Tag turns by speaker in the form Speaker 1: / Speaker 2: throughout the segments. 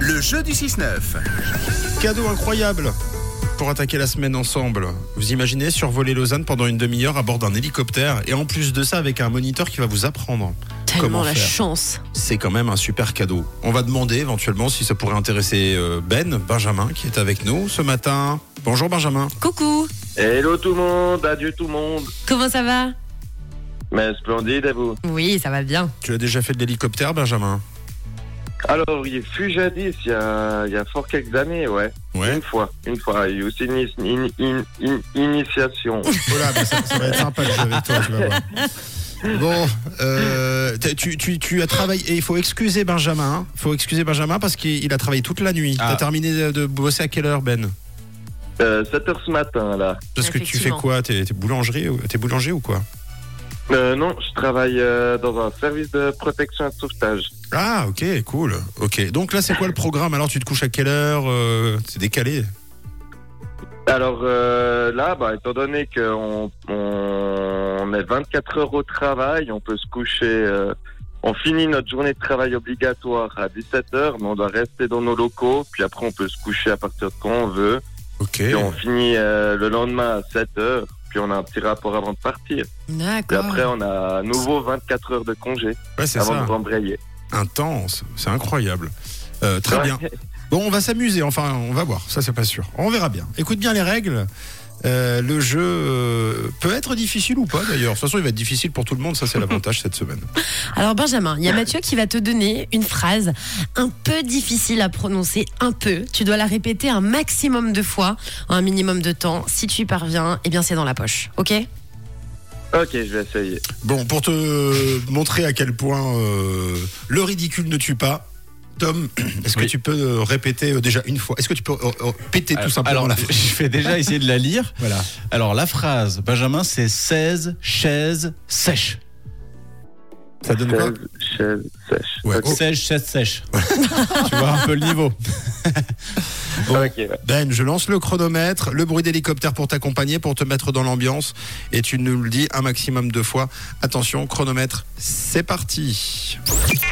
Speaker 1: Le jeu du 6-9.
Speaker 2: Cadeau incroyable pour attaquer la semaine ensemble. Vous imaginez survoler Lausanne pendant une demi-heure à bord d'un hélicoptère et en plus de ça avec un moniteur qui va vous apprendre comment
Speaker 3: Tellement la
Speaker 2: faire.
Speaker 3: chance.
Speaker 2: C'est quand même un super cadeau. On va demander éventuellement si ça pourrait intéresser euh, Ben, Benjamin, qui est avec nous ce matin. Bonjour Benjamin.
Speaker 3: Coucou,
Speaker 4: Hello tout le monde, adieu tout le monde.
Speaker 3: comment ça va
Speaker 4: Mais splendide à vous.
Speaker 3: Oui, ça va bien.
Speaker 2: Tu as déjà fait de l'hélicoptère, Benjamin
Speaker 4: Alors, il fut jadis, il y a, il y a fort quelques années, ouais.
Speaker 2: Ouais.
Speaker 4: Une fois, une fois. Il y a eu aussi une, is- une- une- une initiation.
Speaker 2: Voilà, bah, ça, ça va être sympa de jouer avec toi, tu vas voir. Bon, euh, t'as- tu, tu- tu as travaillé. Et il faut excuser Benjamin. hein. Il faut excuser Benjamin parce qu'il il a travaillé toute la nuit.
Speaker 5: Ah.
Speaker 2: T'as terminé de- de bosser à quelle heure, Ben
Speaker 4: Euh, 7 heures ce matin, là.
Speaker 2: Parce que tu fais
Speaker 3: Effectivement.
Speaker 2: quoi T'es t'es boulangerie ou- T'es boulanger ou quoi
Speaker 4: Euh, non, je travaille euh, dans un service de protection et de sauvetage.
Speaker 2: Ah, ok, cool. Ok. Donc là, c'est quoi le programme Alors, tu te couches à quelle heure Euh, C'est décalé.
Speaker 4: Alors euh, là, bah, étant donné qu'on on, on est 24 heures au travail, on peut se coucher... euh, on finit notre journée de travail obligatoire à 17h, mais on doit rester dans nos locaux, puis après on peut se coucher à partir de quand on veut.
Speaker 2: Ok.
Speaker 4: Puis on finit euh, le lendemain à 7 heures. Puis on a un petit rapport avant de partir. Puis
Speaker 3: D'accord.
Speaker 4: après, on a à nouveau 24 heures de congé
Speaker 2: Ouais, Ah. c'est
Speaker 4: avant
Speaker 2: ça.
Speaker 4: de rembrayer.
Speaker 2: Intense. C'est incroyable. Euh, très
Speaker 4: Ouais.
Speaker 2: bien. Bon, on va s'amuser. Enfin, on va voir. Ça, c'est pas sûr. On verra bien. Écoute bien les règles. Euh, le jeu euh, peut être difficile ou pas d'ailleurs. De toute façon, il va être difficile pour tout le monde. Ça, c'est l'avantage cette semaine.
Speaker 3: Alors Benjamin, il y a Mathieu qui va te donner une phrase un peu difficile à prononcer, un peu. Tu dois la répéter un maximum de fois, en un minimum de temps. Si tu y parviens, eh bien c'est dans la poche, ok
Speaker 4: Ok, je vais essayer.
Speaker 2: Bon, pour te montrer à quel point euh, le ridicule ne tue pas, Tom, est-ce que
Speaker 5: Oui.
Speaker 2: tu peux euh, répéter euh, déjà une fois Est-ce que tu peux euh, euh, péter tout simplement
Speaker 5: Alors,
Speaker 2: la
Speaker 5: je vais déjà essayer de la lire.
Speaker 2: Voilà.
Speaker 5: Alors, la phrase, Benjamin, c'est 16 chaises sèches.
Speaker 2: Ça donne quoi
Speaker 4: Chaise, chaise sèche.
Speaker 2: Ouais.
Speaker 4: Ok,
Speaker 2: Oh.
Speaker 5: 16 chaises sèches. tu vois un peu le niveau.
Speaker 4: ok, ouais.
Speaker 2: Ben, je lance le chronomètre, le bruit d'hélicoptère pour t'accompagner, pour te mettre dans l'ambiance, et tu nous le dis un maximum de fois. Attention, chronomètre, c'est parti.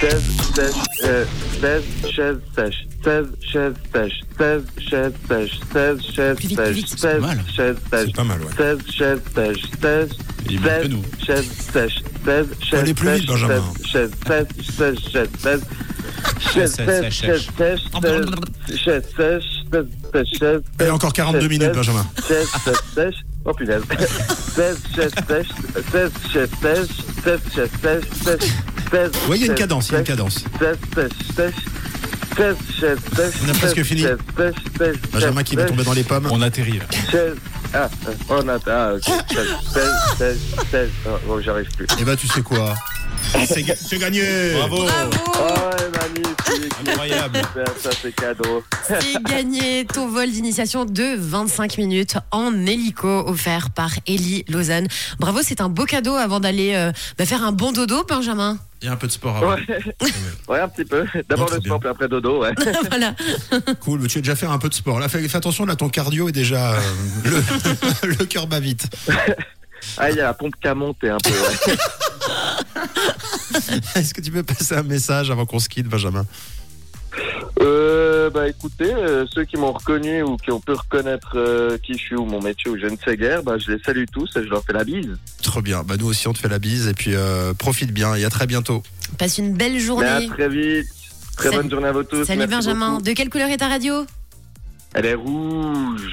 Speaker 4: Chaise sèche. euh, Chaise, chaise sèche. Chaise, chaise sèche. Chaise, chaise sèche. Chaise, chaise
Speaker 3: Plus vite, plus
Speaker 4: sèche.
Speaker 3: vite, c'est
Speaker 4: Chaise,
Speaker 5: mal.
Speaker 4: chaise sèche.
Speaker 2: C'est pas mal, ouais.
Speaker 4: 16 chaises sèches, 16
Speaker 5: Il est mieux que nous.
Speaker 4: chaises sèches, 16
Speaker 2: Faut aller
Speaker 4: chaises
Speaker 2: plus vite,
Speaker 4: sèches,
Speaker 2: Benjamin.
Speaker 4: 16 chaises sèches, 16 chaises sèches, 16 chaises
Speaker 5: sèches,
Speaker 4: sèches, 16 chaises sèches, 16 chaises sèches,
Speaker 2: Oh, Et encore 42
Speaker 4: 16
Speaker 2: minutes,
Speaker 4: sèches,
Speaker 2: Benjamin.
Speaker 4: 16 chaises sèches, oh punaise, 16 chaises sèches, 16 chaises sèches, 16 chaises sèches, 16 16
Speaker 2: Oui, il y a une
Speaker 4: chaises
Speaker 2: cadence, il y a une
Speaker 4: sèches,
Speaker 2: cadence.
Speaker 4: 16 chaises sèches, 16 chaises sèches,
Speaker 2: On a presque
Speaker 4: 16
Speaker 2: fini.
Speaker 4: chaises sèches, 16
Speaker 2: Benjamin qui va
Speaker 4: chaises
Speaker 2: tomber dans les pommes.
Speaker 5: On atterrit. là.
Speaker 4: Seize. Ah, euh, on a. Ah, ok. 16, 16, 16. Oh, bon, j'arrive plus.
Speaker 2: Et ben, tu sais quoi C'est ga- c'est gagné
Speaker 5: Bravo.
Speaker 4: Oh, magnifique.
Speaker 5: Incroyable.
Speaker 4: Super, ça, c'est cadeau.
Speaker 3: C'est gagné ton vol d'initiation de 25 minutes en hélico offert par Ellie Lausanne. Bravo, c'est un beau cadeau avant d'aller euh, bah, faire un bon dodo, Benjamin.
Speaker 2: Il y a un peu de sport avant.
Speaker 4: Ouais. ouais, un petit peu. D'abord
Speaker 2: Ah Non, très
Speaker 4: le sport, puis après dodo, ouais.
Speaker 3: voilà.
Speaker 2: Cool, mais tu as déjà fait un peu de sport. Là, fais, fais attention, là, ton cardio est déjà. euh, le, le cœur bat vite.
Speaker 4: Ah, il y a la pompe qui a monté un peu, ouais.
Speaker 2: Est-ce que tu peux passer un message avant qu'on se quitte, Benjamin
Speaker 4: Euh, bah, écoutez, euh, ceux qui m'ont reconnu ou qui ont pu reconnaître euh, qui je suis ou mon métier ou je ne sais guère, bah, je les salue tous et je leur fais la bise.
Speaker 2: Trop bien. Bah, nous aussi, on te fait la bise. Et puis, euh, profite bien. Et à très bientôt.
Speaker 3: Passe une belle
Speaker 4: Mais à
Speaker 3: journée.
Speaker 4: très vite. Très
Speaker 3: Salut.
Speaker 4: bonne journée à vous tous.
Speaker 3: Salut
Speaker 4: Merci
Speaker 3: Benjamin.
Speaker 4: beaucoup.
Speaker 3: De quelle couleur est ta radio
Speaker 4: Elle est rouge.